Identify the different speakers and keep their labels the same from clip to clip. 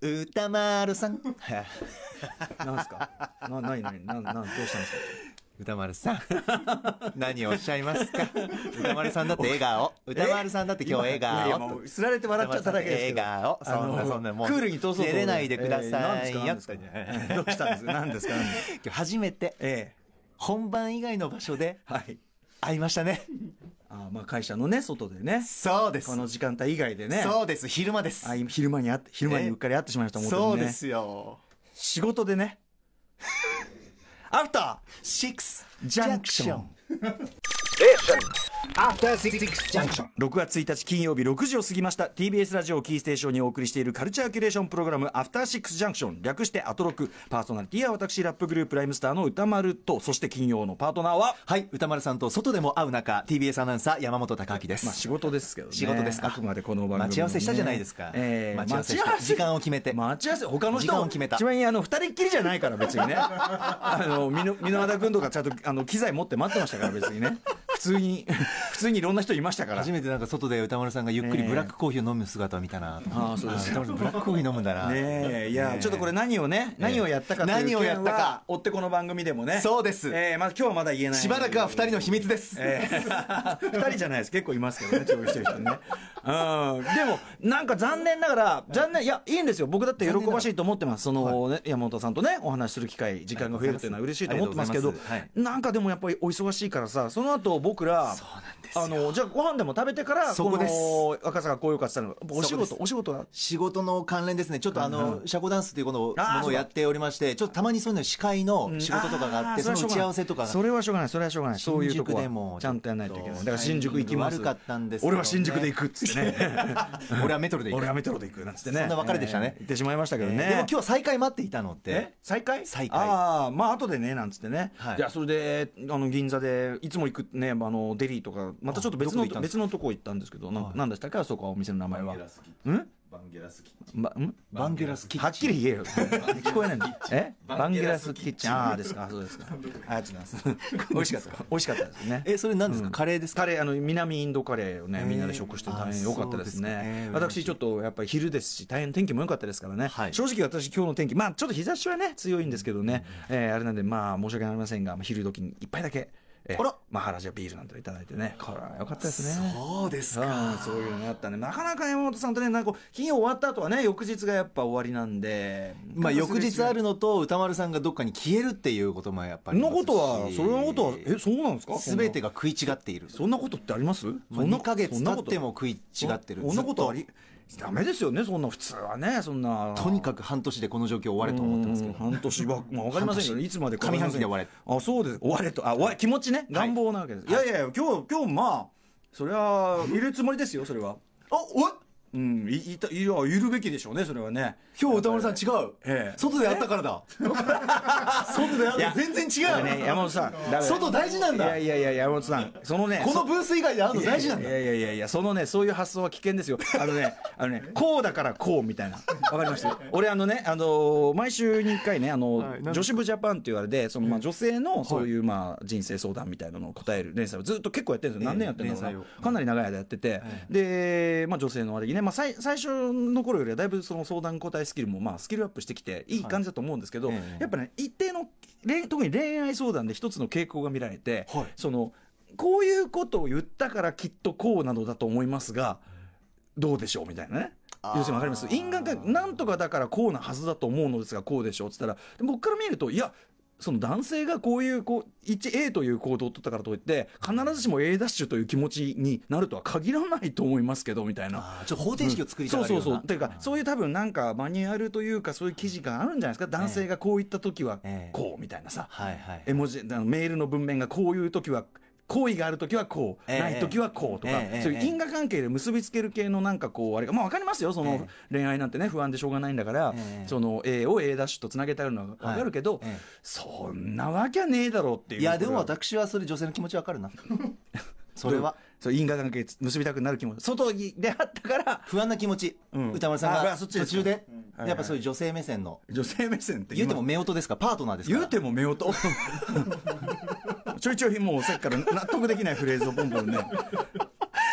Speaker 1: 歌丸さん
Speaker 2: なんすか な、なになに、なん、なん、どうしたんですか
Speaker 1: 歌丸さん 何をおっしゃいますか歌丸さんだって笑顔 歌丸さんだって今日笑
Speaker 2: いやいやも
Speaker 1: 顔
Speaker 2: うすられて笑っちゃっただけですけど。
Speaker 1: 笑顔そんな
Speaker 2: あの
Speaker 1: そんなもう
Speaker 2: クールに通そうと
Speaker 1: 照れないでくださいよ
Speaker 2: えーなんですかなんですかどうしたんですか何ですか何です か
Speaker 1: 今日初めて
Speaker 2: え
Speaker 1: 本番以外の場所で
Speaker 2: えはい。
Speaker 1: 会いましたね
Speaker 2: あまあ会社のね、外でね。
Speaker 1: そうで
Speaker 2: この時間帯以外でね。
Speaker 1: そうです昼間です
Speaker 2: あ今昼間に会って、昼間にうっかり会ってしまいました、本当
Speaker 1: そう
Speaker 2: にね。
Speaker 1: ですよ
Speaker 2: 仕事でね。アフター
Speaker 1: シックス
Speaker 2: ジャンクション。
Speaker 3: After Six Junction.
Speaker 2: 6月1日金曜日6時を過ぎました TBS ラジオをキーステーションにお送りしているカルチャーキュレーションプログラム「アフターシックスジャンクション」略して「アトロク」パーソナリティは私ラップグループライムスターの歌丸とそして金曜のパートナーは、
Speaker 1: はい歌丸さんと外でも会う中 TBS アナウンサー山本貴明です、
Speaker 2: まあ、仕事ですけどね
Speaker 1: 仕事ですか
Speaker 2: あくまでこの番組のね、
Speaker 1: 待ち合わせしたじゃないですか
Speaker 2: えー
Speaker 1: 待ち合わせした
Speaker 2: 待
Speaker 1: 時間を決めて
Speaker 2: 待ち合わせ他の人
Speaker 1: 時間を決めた
Speaker 2: ちなみにあの二人っきりじゃないから別にねあの美濃美濃和田君とかちゃんとあの機材持って待ってましたから別にね普通に 普通にいろんな人いましたから
Speaker 1: 初めてなんか外で歌丸さんがゆっくりブラックコーヒーを飲む姿を見たなと思って
Speaker 2: あーそう です
Speaker 1: 歌丸さんブラックコーヒー飲むんだな
Speaker 2: ねえいや、ちょっとこれ何をね、何をやったかという
Speaker 1: 何をやったか
Speaker 2: 件は追ってこの番組でもね
Speaker 1: そうです
Speaker 2: えーまあ今日はまだ言えない
Speaker 1: しばらくは二人の秘密です、
Speaker 2: えー 二人じゃないです結構いますけどね調理してる人ねうんでもなんか残念ながら残念いやいいんですよ僕だって喜ばしいと思ってますその、ね山本さんとねお話しする機会時間が増えるというのは嬉しいと思ってますけ
Speaker 1: あ
Speaker 2: ど
Speaker 1: りがとうございます
Speaker 2: なんかでもやっぱりお忙しいからさその後僕らあのじゃあご飯でも食べてから
Speaker 1: そこです
Speaker 2: この赤坂紅葉館さんのお仕
Speaker 1: そこです
Speaker 2: 事お仕事が
Speaker 1: 仕事の関連ですね、ちょっとあの、社交ダンスというこのも
Speaker 2: あー
Speaker 1: のをやっておりまして、ちょっとたまにそういうの司会の仕事とかがあって、そ
Speaker 2: ー
Speaker 1: の打
Speaker 2: れはしょうがない
Speaker 1: ち合わせとかが。
Speaker 2: それはしょうがないそれはしょうがないそういうとこ
Speaker 1: 新宿でも
Speaker 2: はちゃんとやんないといけないだ
Speaker 1: ち
Speaker 2: から
Speaker 1: ょっと
Speaker 2: 新宿行きます
Speaker 1: 悪かったんですけどね
Speaker 2: 俺は新宿で行くっつってね
Speaker 1: 俺はメトロで行く。
Speaker 2: 俺はメトロで行くなんつってね
Speaker 1: そんな別れでしたね
Speaker 2: えー行ってしまいましたけどね、
Speaker 1: でも今日は再会待っていたの
Speaker 2: え
Speaker 1: で、
Speaker 2: 再開
Speaker 1: 再開
Speaker 2: ああまあ後でねなんつってね、
Speaker 1: はい
Speaker 2: い、やそれであの銀座でいつも行くねあのデリーとかまたちょっと別の
Speaker 1: あどこ行ったんです
Speaker 2: 別のとこ行ったんですけどなん,、なんでしたっけあそこはお店の名前はん
Speaker 4: バンゲラスキッチン
Speaker 2: ばん
Speaker 1: バンゲラスキッ
Speaker 2: はっ
Speaker 1: チ
Speaker 2: き
Speaker 1: ン。
Speaker 2: り言えよ 聞こえないんだえバンゲラスキッチンああですかそ うですかありがとうございます美味しかった美味しかったですね
Speaker 1: え、それ何ですか、カレーですか
Speaker 2: カレーあの南インドカレーをねみんなで食して大変良かったですね
Speaker 1: あそうですかえー
Speaker 2: 私ちょっとやっぱり昼ですし大変天気も良かったですからね、
Speaker 1: はい
Speaker 2: 正直私今日の天気まあちょっと日差しはね強いんですけどね、えーあれなんでまあ申し訳ありませんが昼時に一杯だけ、えー
Speaker 1: あら
Speaker 2: マハラジャビールなんていただいてねこれは良かったですね
Speaker 1: そうですか。
Speaker 2: うんそういうのがあったねなかなか山本さんとねなんかこう金曜終わった後はね翌日がやっぱ終わりなんで
Speaker 1: まあ翌日あ
Speaker 2: る
Speaker 1: るのと、歌丸さんがどっかに消えるっていうこともやっぱり。
Speaker 2: のことはそれのことはえそうなんですか
Speaker 1: すべてが食い違っている。
Speaker 2: そんなことってあります
Speaker 1: まあ
Speaker 2: そんな
Speaker 1: 2ヶ月
Speaker 2: そんな
Speaker 1: 経
Speaker 2: こ
Speaker 1: っ
Speaker 2: と
Speaker 1: ても食い違ってる。
Speaker 2: そんな
Speaker 1: ず
Speaker 2: こ
Speaker 1: っと
Speaker 2: とありダメですよねそんな普通はねそんな
Speaker 1: とにかく半年でこの状況終われと思ってますけ
Speaker 2: うん
Speaker 1: ど。
Speaker 2: 半年 は、まあ、分かりませんけど、
Speaker 1: 半年
Speaker 2: いつまで
Speaker 1: 上半期で終われ
Speaker 2: あそうです終われとあ終われ気持ちね願望なわけです、い、やいや今日今日まあそれはいるつもりですよそれは
Speaker 1: あ、おい
Speaker 2: うんいいたいやいるべきでしょうねそれはね
Speaker 1: 今日歌丸さん違う、
Speaker 2: ええ
Speaker 1: 外で会ったからだ外で会った全然違う、
Speaker 2: ね山本さんだから
Speaker 1: 外大事なんだ
Speaker 2: いやいやいや山本さんそのね
Speaker 1: このブース以外で会うの大事なんだ
Speaker 2: いやいやいやいやそのねそういう発想は危険ですよあ のねあのねこうだからこうみたいなわかりました俺あのねあのー毎週に1回ねあの、女子部ジャパンって言われてそのまあ女性のそういうまあ人生相談みたいなのを答える連載をずっと結構やってるんですよ何年やってるんだろう
Speaker 1: 連
Speaker 2: な
Speaker 1: 載
Speaker 2: かなり長い間やっててでまあ女性のあれにねまあ最最初の頃よりはだいぶその相談答えスキルもまあスキルアップしてきていい感じだと思うんですけど
Speaker 1: はいええ
Speaker 2: やっぱね一定の恋特に恋愛相談で一つの傾向が見られて
Speaker 1: はい
Speaker 2: そのこういうことを言ったからきっとこうなのだと思いますがどうでしょうみたいなね
Speaker 1: あー
Speaker 2: 要するに分かります因果がなんとかだからこうなはずだと思うのですがこうでしょうっつったらで僕から見るといやその男性がこういうこう 1A という行動を取ったからといって必ずしも A ダッシュという気持ちになるとは限らないと思いますけどみたいな
Speaker 1: あーちょっと方程式を作りた
Speaker 2: そ
Speaker 1: が
Speaker 2: う
Speaker 1: る
Speaker 2: そ
Speaker 1: ような、
Speaker 2: うそうというかそういう多分なんかマニュアルというかそういう記事があるんじゃないですか男性がこういった時は
Speaker 1: ええ
Speaker 2: こうみたいなさ、
Speaker 1: はいはい
Speaker 2: 絵文字あのメールの文面がこういう時は好意がある時はこう、
Speaker 1: ええ
Speaker 2: ない時はこうとか、
Speaker 1: ええ
Speaker 2: そうい
Speaker 1: え
Speaker 2: う
Speaker 1: え
Speaker 2: 因果関係で結びつける系のなんかこうあれがまあ分かりますよそ
Speaker 1: え
Speaker 2: の恋愛なんてね不安でしょうがないんだから、
Speaker 1: ええ
Speaker 2: その A を A ダッシュとつなげたいのは分かるけ
Speaker 1: は
Speaker 2: ど、
Speaker 1: いええ
Speaker 2: そんなわけはねえだろうっていう
Speaker 1: い
Speaker 2: い
Speaker 1: やでも私はそれ女性の気持ちわか るなそれは
Speaker 2: そう因果関係結びたくなる気持ち外に出会ったから
Speaker 1: 不安な気持ち、
Speaker 2: うん
Speaker 1: 歌丸さん
Speaker 2: あ
Speaker 1: が
Speaker 2: そっち
Speaker 1: 途
Speaker 2: です
Speaker 1: 中で、
Speaker 2: うん
Speaker 1: やっぱそういう女性目線の
Speaker 2: 女性目線って
Speaker 1: 言うても
Speaker 2: 今
Speaker 1: 夫婦ですからパートナーですから
Speaker 2: 言うても目音ちょいちょいもうさっきから納得できないフレーズをボンボンね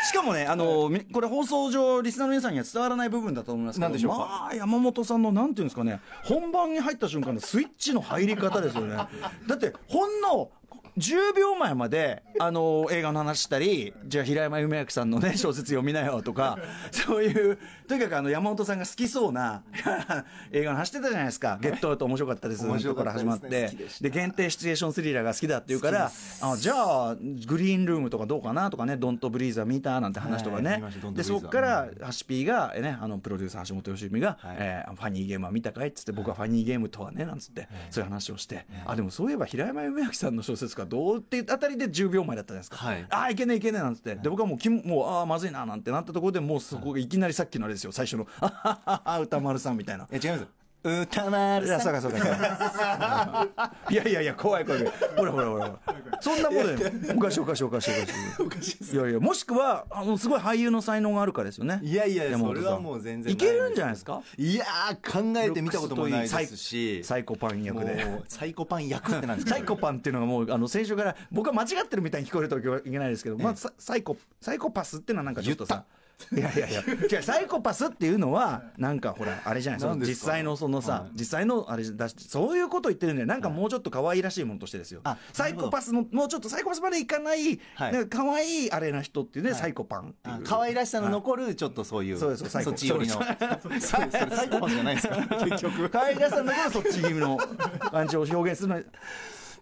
Speaker 2: しかもね、あのみこれ放送上、リスナーの皆さんには伝わらない部分だと思いますけ
Speaker 1: なん
Speaker 2: ど、
Speaker 1: でしょうか
Speaker 2: まあ、山本さんのなんていうんですかね、本番に入った瞬間のスイッチの入り方ですよね。だって、ほんの10秒前まで、あの映画の話したり、じゃあ平山夢明さんのね、小説読みなよとか、そういう、とにかくあの山本さんが好きそうな 映画の話してたじゃないですか、ゲットアウト面白かったです、
Speaker 1: 面白かった
Speaker 2: ら
Speaker 1: です
Speaker 2: 始
Speaker 1: ね
Speaker 2: まって、
Speaker 1: 好きでした
Speaker 2: で限定シチュエーションスリラーが好きだっていうからあじゃあグリーンルームとかどうかなとかねドントブリーザー見たなんて話とか
Speaker 1: はい
Speaker 2: ね
Speaker 1: 見ましたドントブ
Speaker 2: で
Speaker 1: リーザ
Speaker 2: そ
Speaker 1: ー
Speaker 2: こからハシピーが、えね、あのプロデューサー橋本良美が、
Speaker 1: はい
Speaker 2: えーファニーゲームは見たかい?」っつって「僕はファニーゲームとはね」なんつって、そういう話をして、あでもそういえば平山夢明さんの小説がどうってあたりで10秒前だったじゃないですか「
Speaker 1: はい
Speaker 2: あーいけねいけね」なんつって、で僕はもうきももうああまずいななんてなったところでもうそこがいきなりさっきのあれですよ最初の「あははは歌丸さん」みたいな
Speaker 1: え、違います。歌丸
Speaker 2: いや、そうかそうかそうか。 いやいやいや、怖い怖い。怖いほらほらほらほら。そんなことで、おかしいおかしいおかしいおかしい。いやいや、もしくは、あの、すごい俳優の才能があるからですよね。
Speaker 1: いやいや、
Speaker 2: 山
Speaker 1: そ
Speaker 2: 本さ
Speaker 1: れ
Speaker 2: ん
Speaker 1: はもう全然
Speaker 2: いけるんじゃないですか
Speaker 1: いやー、考えてみたこともないですし。
Speaker 2: サイコパン役で。
Speaker 1: もうサイコパン役ってなんですか
Speaker 2: サイコパンっていうのがもうあの先週から僕は間違ってるみたいに聞こえるといけないですけど、まあ、ササイコサイコパスっていうのはなんかちょっとさいやいやいや違うサイコパスっていうのはなんかほらあれじゃないその
Speaker 1: 何ですか
Speaker 2: 実際のそのさ、実際のあれだしそういうこと言ってるんでなんかもうちょっと可愛らしいものとしてですよ、
Speaker 1: あ
Speaker 2: サイコパスのもうちょっとサイコパスまでいかない、
Speaker 1: はい
Speaker 2: なんか可愛いあれな人っていうね、サイコパンっていう
Speaker 1: あ可愛らしさの残る、ちょっとそういう。
Speaker 2: そうです
Speaker 1: そ
Speaker 2: サイコ
Speaker 1: っち寄りの。
Speaker 2: そ
Speaker 1: そうですそれサイコパンじゃないですか、 結局。
Speaker 2: 可愛らしさのところそっち気味の感じを表現するのに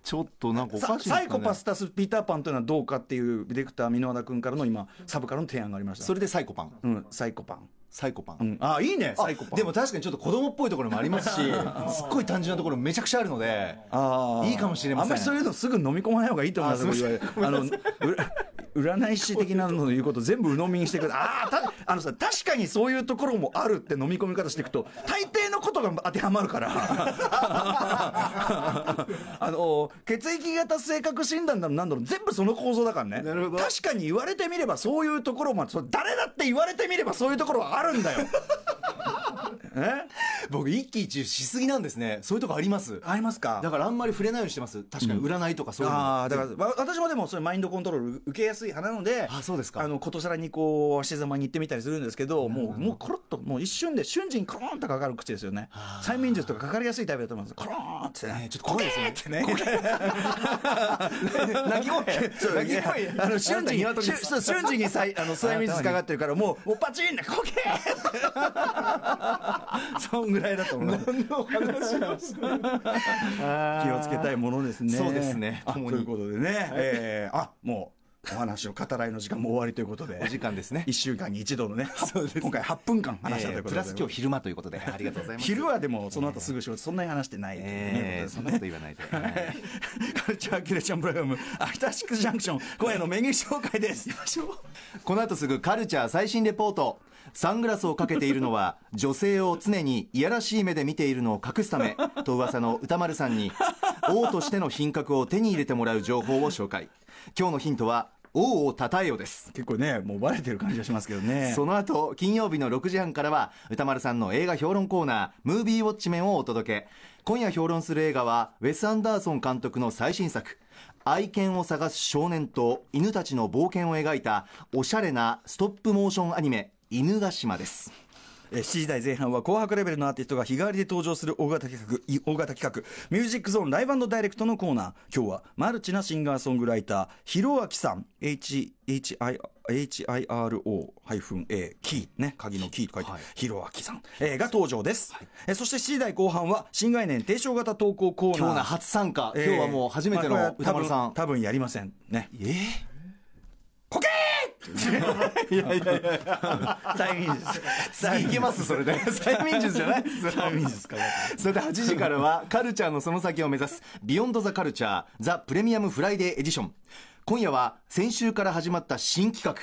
Speaker 1: ちょっとなんかおかしい
Speaker 2: さ
Speaker 1: ですかね
Speaker 2: サイコパス。タスピーターパンというのはどうかっていうディレクター箕輪田君からの今サブからの提案がありました
Speaker 1: それでサイコパン。
Speaker 2: うんサイコパン、
Speaker 1: サイコパン。
Speaker 2: うん、あいいね
Speaker 1: あ
Speaker 2: サイコパン
Speaker 1: でも確かにちょっと子供っぽいところもあります しすっごい単純なところめちゃくちゃあるので
Speaker 2: あー
Speaker 1: いいかもしれません
Speaker 2: あんまりそういうのすぐ飲み込まない方がいいと思いますよ僕言われあのう占い師的なのの言うこと全部鵜呑みにしてくる ああたあのさ確かにそういうところもあるって飲み込み方していくと大抵のことが当てはまる からあの血液型性格診断だの何だろう全部その構造だからね
Speaker 1: なるほど
Speaker 2: 確かに言われてみればそういうところもそう誰だって言われてみればそういうところはあ るんだよえ
Speaker 1: 僕一喜一憂しすぎなんですねそういうとこあります
Speaker 2: 合いますか
Speaker 1: だからあんまり触れないようにしてます確かに占いとかそういうの、
Speaker 2: ああだからわ私もでもそれマインドコントロール受けやすい派なので
Speaker 1: あそうですか
Speaker 2: あのことさらにこう足ざまに行ってみたりするんですけどもうもうコロッともう一瞬で瞬時にコロンとかかる口ですよね催眠術とかかかりやすいタイプだと思うんですコロンってね
Speaker 1: ねちょっと怖いですよね
Speaker 2: ってね
Speaker 1: 鳴き声
Speaker 2: そう
Speaker 1: 鳴き声
Speaker 2: あの瞬時に
Speaker 1: あなた鶏です
Speaker 2: しゅそう瞬時にさいあの催眠術かかってるからもうもうパチンねコケーそんぐらいだと思います気をつけたいものですね。
Speaker 1: そうですね
Speaker 2: あと
Speaker 1: 共に
Speaker 2: いうことでね、えーあもうお話を語らいの時間も終わりということで、
Speaker 1: お時間ですね
Speaker 2: 1週間に一 度のね、今回8分間話したという
Speaker 1: えープ
Speaker 2: ことで、
Speaker 1: ラス今日昼間ということ でありがとうございます
Speaker 2: 昼はでもその後すぐ仕事、そんなに話してないというね
Speaker 1: えー
Speaker 2: ことで す
Speaker 1: そ
Speaker 2: ね
Speaker 1: んなこと言わないで、はい
Speaker 2: カルチャーキュレーションプログラム、アフターシックスジャンクション、今夜のメニュー紹介です。
Speaker 1: この後すぐカルチャー最新レポートサングラスをかけているのは 女性を常にいやらしい目で見ているのを隠すた めと噂の歌丸さんに王としての品格を手に入れてもらう情報を紹介今日のヒントは王をたたえよです
Speaker 2: 結構ね、もうバレてる感じがしますけどね。
Speaker 1: その後金曜日の6時半からは歌丸さんの映画評論コーナー「ムービーウォッチメン」をお届け今夜評論する映画はウェス・アンダーソン監督の最新作「愛犬を探す少年と犬たちの冒険」を描いたおしゃれなストップモーションアニメ「犬ヶ島」です
Speaker 2: えー7時台前半は紅白レベルのアーティストが日替わりで登場する大型企画い大型企画ミュージックゾーンライブダイレクトのコーナー今日はマルチなシンガーソングライターひろあきさん HIRO-A キーね鍵のキーと書いて、
Speaker 1: はい
Speaker 2: ひろあきさん、えーが登場です、えーそして7時台後半は新概念提唱型投稿コーナー
Speaker 1: 今日の初参加、今日はもう初めて
Speaker 2: まあ
Speaker 1: の
Speaker 2: これは
Speaker 1: 歌丸さ
Speaker 2: 多分
Speaker 1: ん、
Speaker 2: 多分やりませんね
Speaker 1: えー
Speaker 2: こけー いやいやいやいや催眠術
Speaker 1: 次いけますそれで 催眠術じゃないですよ
Speaker 2: 催眠術かかって
Speaker 1: それで8時からはカルチャーのその先を目指す「ビヨンド・ザ・カルチャー・ザ・プレミアム・フライデー・エディション」今夜は先週から始まった新企画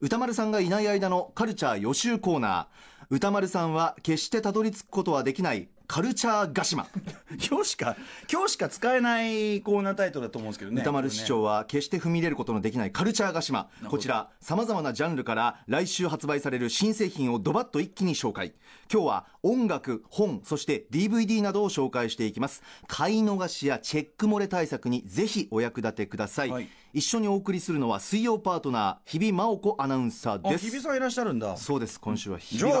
Speaker 1: 歌丸さんがいない間のカルチャー予習コーナー歌丸さんは決してたどり着くことはできないカルチャーガシマ
Speaker 2: 今日しか今日しか使えないコーナータイトルだと思うんですけどね
Speaker 1: 歌丸市長は決して踏み入れることのできないカルチャーガシマこちらさまざまなジャンルから来週発売される新製品をドバッと一気に紹介今日は音楽本そして DVD などを紹介していきます買い逃しやチェック漏れ対策にぜひお役立てください、
Speaker 2: はい
Speaker 1: 一緒にお送りするのは水曜パートナー日比真央子アナウンサー
Speaker 2: あ
Speaker 1: で
Speaker 2: 日比
Speaker 1: す
Speaker 2: さんいらっしゃるんだ
Speaker 1: そうです今週は日比
Speaker 2: じゃ
Speaker 1: が
Speaker 2: あ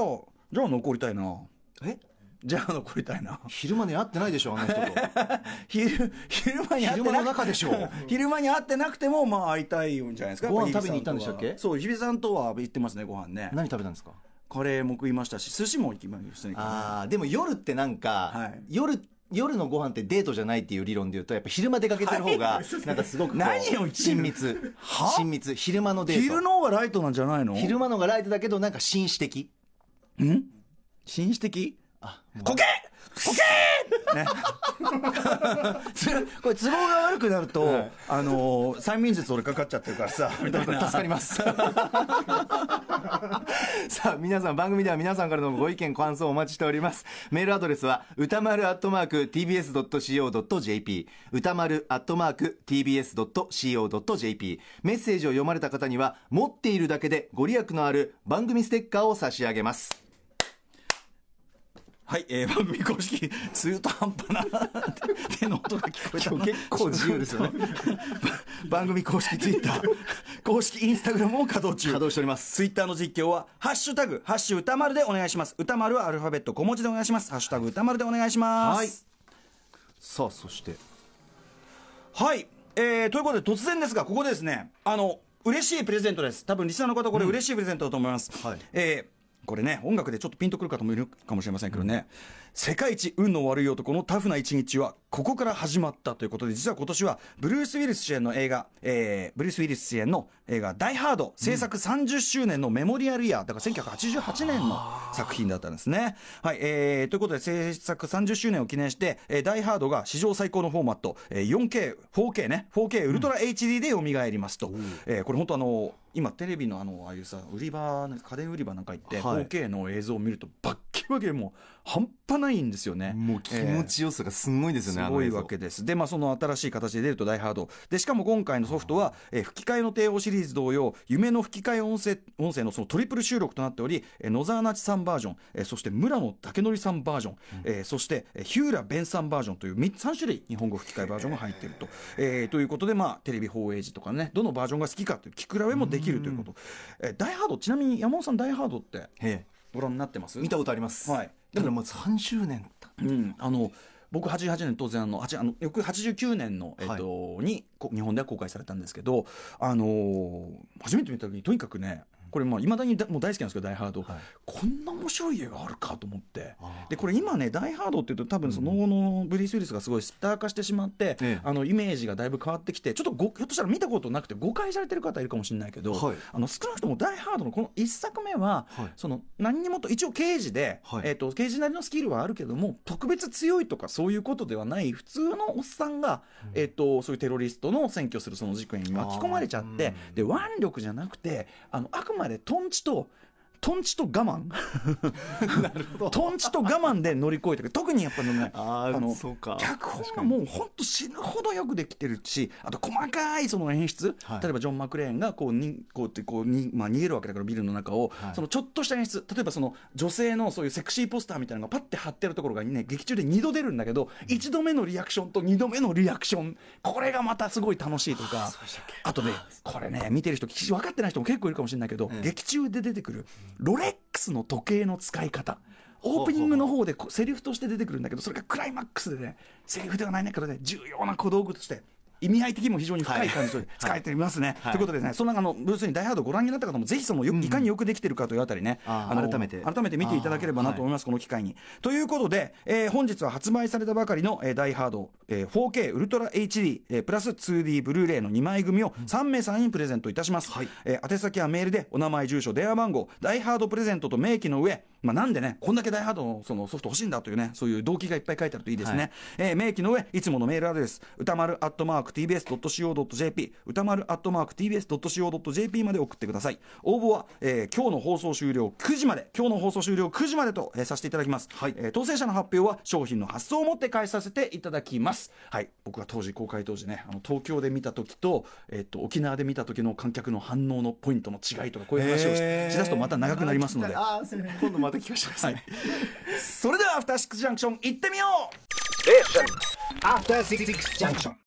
Speaker 2: じゃあ残りたいな
Speaker 1: え
Speaker 2: じゃあ残りたいな
Speaker 1: 昼間に会ってないでしょあの人 と
Speaker 2: 昼昼間に会っ
Speaker 1: 昼
Speaker 2: てなく
Speaker 1: 間の中でしょう
Speaker 2: 昼間に会ってなくてもまあ会いたいんじゃないですか
Speaker 1: ご飯
Speaker 2: や
Speaker 1: 食
Speaker 2: ぱり日比さ
Speaker 1: べに行ったんでしたっけ
Speaker 2: とはそう日比さんとは行ってますねご飯ね
Speaker 1: 何食べたんですか
Speaker 2: カレーも食いましたし寿司も行きましたね
Speaker 1: あーでも夜ってなんか、
Speaker 2: はい
Speaker 1: 夜夜のご飯ってデートじゃないっていう理論で言うとやっぱ昼間出かけてる方 がなんかすごくこう
Speaker 2: 何を言ってん
Speaker 1: 親
Speaker 2: の
Speaker 1: 密
Speaker 2: は
Speaker 1: 親密昼間のデート
Speaker 2: 昼の方がライトなんじゃないの
Speaker 1: 昼間のがライトだけどなんか紳士的
Speaker 2: ん紳士的
Speaker 1: あ
Speaker 2: こけこけね つ これ都合が悪くなると、あのー催眠術俺かかっちゃってるか らさみたいな
Speaker 1: 助かり ますさあ皆さん番組では皆さんからのご意見感想をお待ちしておりますメールアドレスは歌丸アットマーク TBS.CO.JP 歌丸アットマーク TBS.CO.JP メッセージを読まれた方には持っているだけでご利益のある番組ステッカーを差し上げます
Speaker 2: はい、えー番組公式中途半端な手の音が聞こえたな
Speaker 1: 結構自由ですよね
Speaker 2: 番組公式ツイッター 公式インスタグラムも稼働中
Speaker 1: 稼働しております
Speaker 2: ツイッターの実況は、ハッシュタグ、ハッシュ歌丸でお願いします。歌丸はアルファベット小文字でお願いします。ハッシュタグ歌丸でお願いします。
Speaker 1: さあそして
Speaker 2: はい。えーということで突然ですが、ここでですね、あの、嬉しいプレゼントです。多分リスナーの方、これ嬉しいプレゼントだと思います。
Speaker 1: はい
Speaker 2: えーこれね、音楽でちょっとピンとくる方もいるかもしれませんけどね、世界一運の悪い男のタフな一日は、ここから始まったということで、実は今年は、ブルース・ウィリス主演の映画、えーブルース・ウィリス主演の映画、ダイ・ハード、制作30周年のメモリアルイヤー、だから1988年の作品だったんですね。はい、えーということで、制作30周年を記念して、えーダイ・ハードが史上最高のフォーマット、えー 4K、4K ね、4K ウルトラ HD で蘇りますと。えーこれ本当あの、今テレビのあのああいうさ売り場なんか家電売り場なんか行って、
Speaker 1: はい
Speaker 2: 4K の映像を見るとバッキバキでもう半端ないんですよね
Speaker 1: もう気持ちよさがすごいですよね、
Speaker 2: す
Speaker 1: あ
Speaker 2: ご
Speaker 1: の映
Speaker 2: い
Speaker 1: 像
Speaker 2: わけです。で、まあ、その新しい形で出ると大ハード。で、しかも今回のソフトは、えー吹き替えの帝王シリーズ同様、夢の吹き替え音声音声のそのトリプル収録となっており、えー野沢那智さんバージョン、えーそして村野武則さんバージョン、えーそして、えー日浦弁さんバージョンという3つ、3種類、日本語吹き替えバージョンが入っていると。えーということで、まあ、テレビ放映時とかね、どのバージョンが好きかという聞き比べもできるということ。えー大ハード、ちなみに山本さん、大ハードって
Speaker 1: え
Speaker 2: ご覧になってます
Speaker 1: え見たことあります、
Speaker 2: はい
Speaker 1: でももう30年経っ
Speaker 2: うん、あの僕88年当然あのあちあの翌89年の、えっとにこ日本では公開されたんですけど、あのー初めて見た時にとにかくねこれまあ未だにだもう大好きなんですけど「ダイ・ハード」
Speaker 1: はい
Speaker 2: こんな面白い映画あるかと思って
Speaker 1: あー
Speaker 2: でこれ今ね「ダイ・ハード」っていうと多分その後のブリース・ウィリスがすごいスター化してしまって、
Speaker 1: ええ
Speaker 2: あのイメージがだいぶ変わってきてちょっとごひょっとしたら見たことなくて誤解されてる方いるかもしれないけど、
Speaker 1: はい
Speaker 2: あの少なくとも「ダイ・ハード」のこの一作目は、
Speaker 1: はい
Speaker 2: その何にもと一応刑事で、
Speaker 1: はい
Speaker 2: えっと刑事なりのスキルはあるけども特別強いとかそういうことではない普通のおっさんが、えっとそういうテロリストの占拠するその事件に巻き込まれちゃって
Speaker 1: あーうん
Speaker 2: で腕力じゃなくてあのあくまでトンチとトンチと我 慢トンチと我慢で乗り越えてくる特にやっぱりね
Speaker 1: あー
Speaker 2: の
Speaker 1: そうか
Speaker 2: 脚本がもう本当死ぬほどよくできてるしあと細かいその演出、
Speaker 1: はい
Speaker 2: 例えばジョン・マクレーンがこうにこうやってこうに、まあ、逃げるわけだからビルの中を、
Speaker 1: はい
Speaker 2: そのちょっとした演出例えばその女性のそういうセクシーポスターみたいなのがパッて貼ってあるところがね劇中で2度出るんだけど、1度目のリアクションと2度目のリアクションこれがまたすごい楽しいとかあとねこれね見てる人聞き分かってない人も結構いるかもしれないけど、
Speaker 1: ええ
Speaker 2: 劇中で出てくるロレックスの時計の使い方。オープニングの方でこうセリフとして出てくるんだけどそれがクライマックスでねセリフではないんだけどね重要な小道具として意味合い的にも非常に深い感じで使えていますね。
Speaker 1: はい
Speaker 2: ということでねそのあのブルースに「ダイ・ハード」ご覧になった方もぜひそのよいかによくできてるかというあたりね、
Speaker 1: あー
Speaker 2: あの
Speaker 1: 改めて
Speaker 2: 改めて見ていただければなと思います、この機会に。ということで、えー本日は発売されたばかりの「えーダイ・ハード、えー 4K ウルトラ HD、えープラス 2D ブルーレイ」の2枚組を3名さんにプレゼントいたします、
Speaker 1: はい
Speaker 2: えー宛先はメールでお名前住所電話番号「ダイ・ハードプレゼント」と明記の上まあ、なんでね、こんだけダイハードのそのソフト欲しいんだというね、そういう動機がいっぱい書いてあるといいですね。
Speaker 1: はい
Speaker 2: えー明記の上、いつものメールアドレス、歌丸アットマーク tbs.co.jp、歌丸アットマーク tbs.co.jp まで送ってください。応募は、えー今日の放送終了9時まで、今日の放送終了9時までと、えーさせていただきます、
Speaker 1: はい
Speaker 2: えー当選者の発表は商品の発送をもって返させていただきます。はい、僕が当時、公開当時ね、あの東京で見た時と、えっと、沖縄で見た時の観客の反応のポイントの違いとか、こういう話をし
Speaker 1: へー
Speaker 2: しだすとまた長くなりますので。
Speaker 1: あーそう今度また聞かせてください、
Speaker 2: それではアフターシックスジャンクション行ってみよう
Speaker 3: After Six Junction.